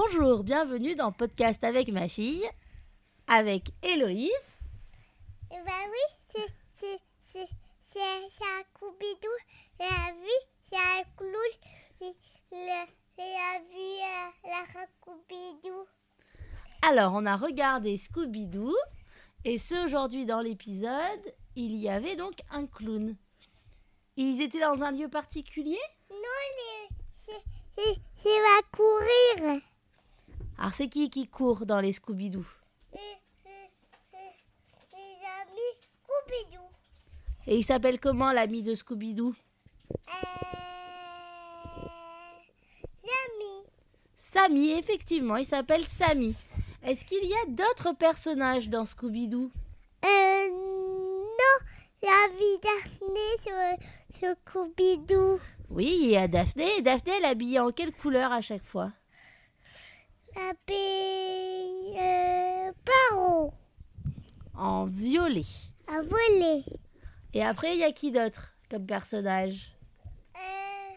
Bonjour, bienvenue dans Podcast avec ma fille, avec Héloïse. Eh ben oui, c'est- c'est c'est c'est c'est un coubidou et la vie, c'est un clown et la, et la vie, euh, la racoubidou. Alors, on a regardé Scooby-Doo, et ce aujourd'hui dans l'épisode, il y avait donc un clown. Ils étaient dans un lieu particulier Non, les- c'est c'est- c'est va courir. Alors, c'est qui qui court dans les Scooby-Doo Et- et- et- Les amis coubidou. Et il s'appelle comment l'ami de Scooby-Doo Euh, L'ami. Samy, effectivement, il s'appelle Samy. Est-ce qu'il y a d'autres personnages dans Scooby-Doo Euh, non, la vie d'Arnais sur, sur coubidou. Oui, il y a Daphné. Et Daphné, elle est habillée en quelle couleur à chaque fois La paix, euh, paro En violet. à voler. Et après, il y a qui d'autre comme personnage Euh,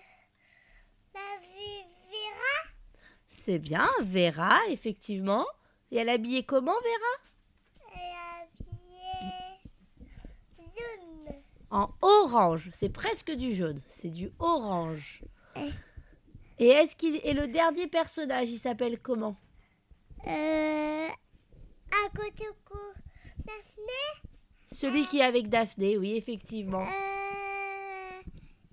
la vie Vera C'est bien, Vera, effectivement. Et elle est habillée comment, Vera la vie jaune. En orange. C'est presque du jaune. C'est du orange. Et est-ce qu'il et le dernier personnage, il s'appelle comment Euh, à côté cou- la fenêtre, Celui qui est avec Daphné, oui, Oh. effectivement. euh,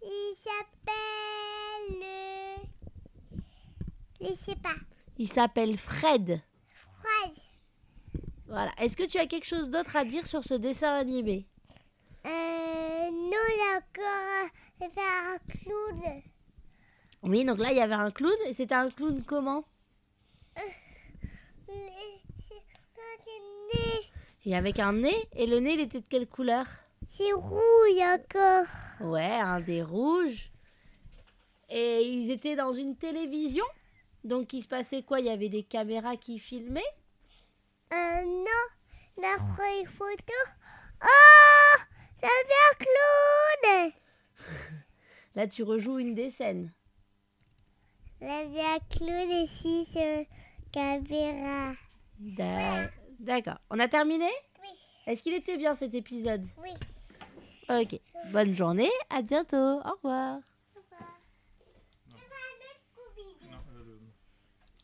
il s'appelle. euh, Je sais pas. Il s'appelle Fred. Froid. Voilà. Est-ce que tu as quelque chose d'autre à dire sur ce dessin animé Euh, non, il a encore euh, fait un clown. Oui, donc là, il y avait un clown. Et c'était un clown comment Les- c'est- quand il est né, Et avec un nez. Et le nez, il était de quelle couleur C'est rouille encore. Ouais, un des rouges. Et ils étaient dans une télévision. Donc, il se passait quoi Il y avait des caméras qui filmaient. Euh, non, la première photo. Oh, j'avais un clown. Là, tu rejoues une des scènes. J'avais un clown ici sur caméra. D'a- D'accord. On a terminé Oui. Est-ce qu'il était bien cet épisode Oui. Ok. Bonne journée. À bientôt. Au revoir.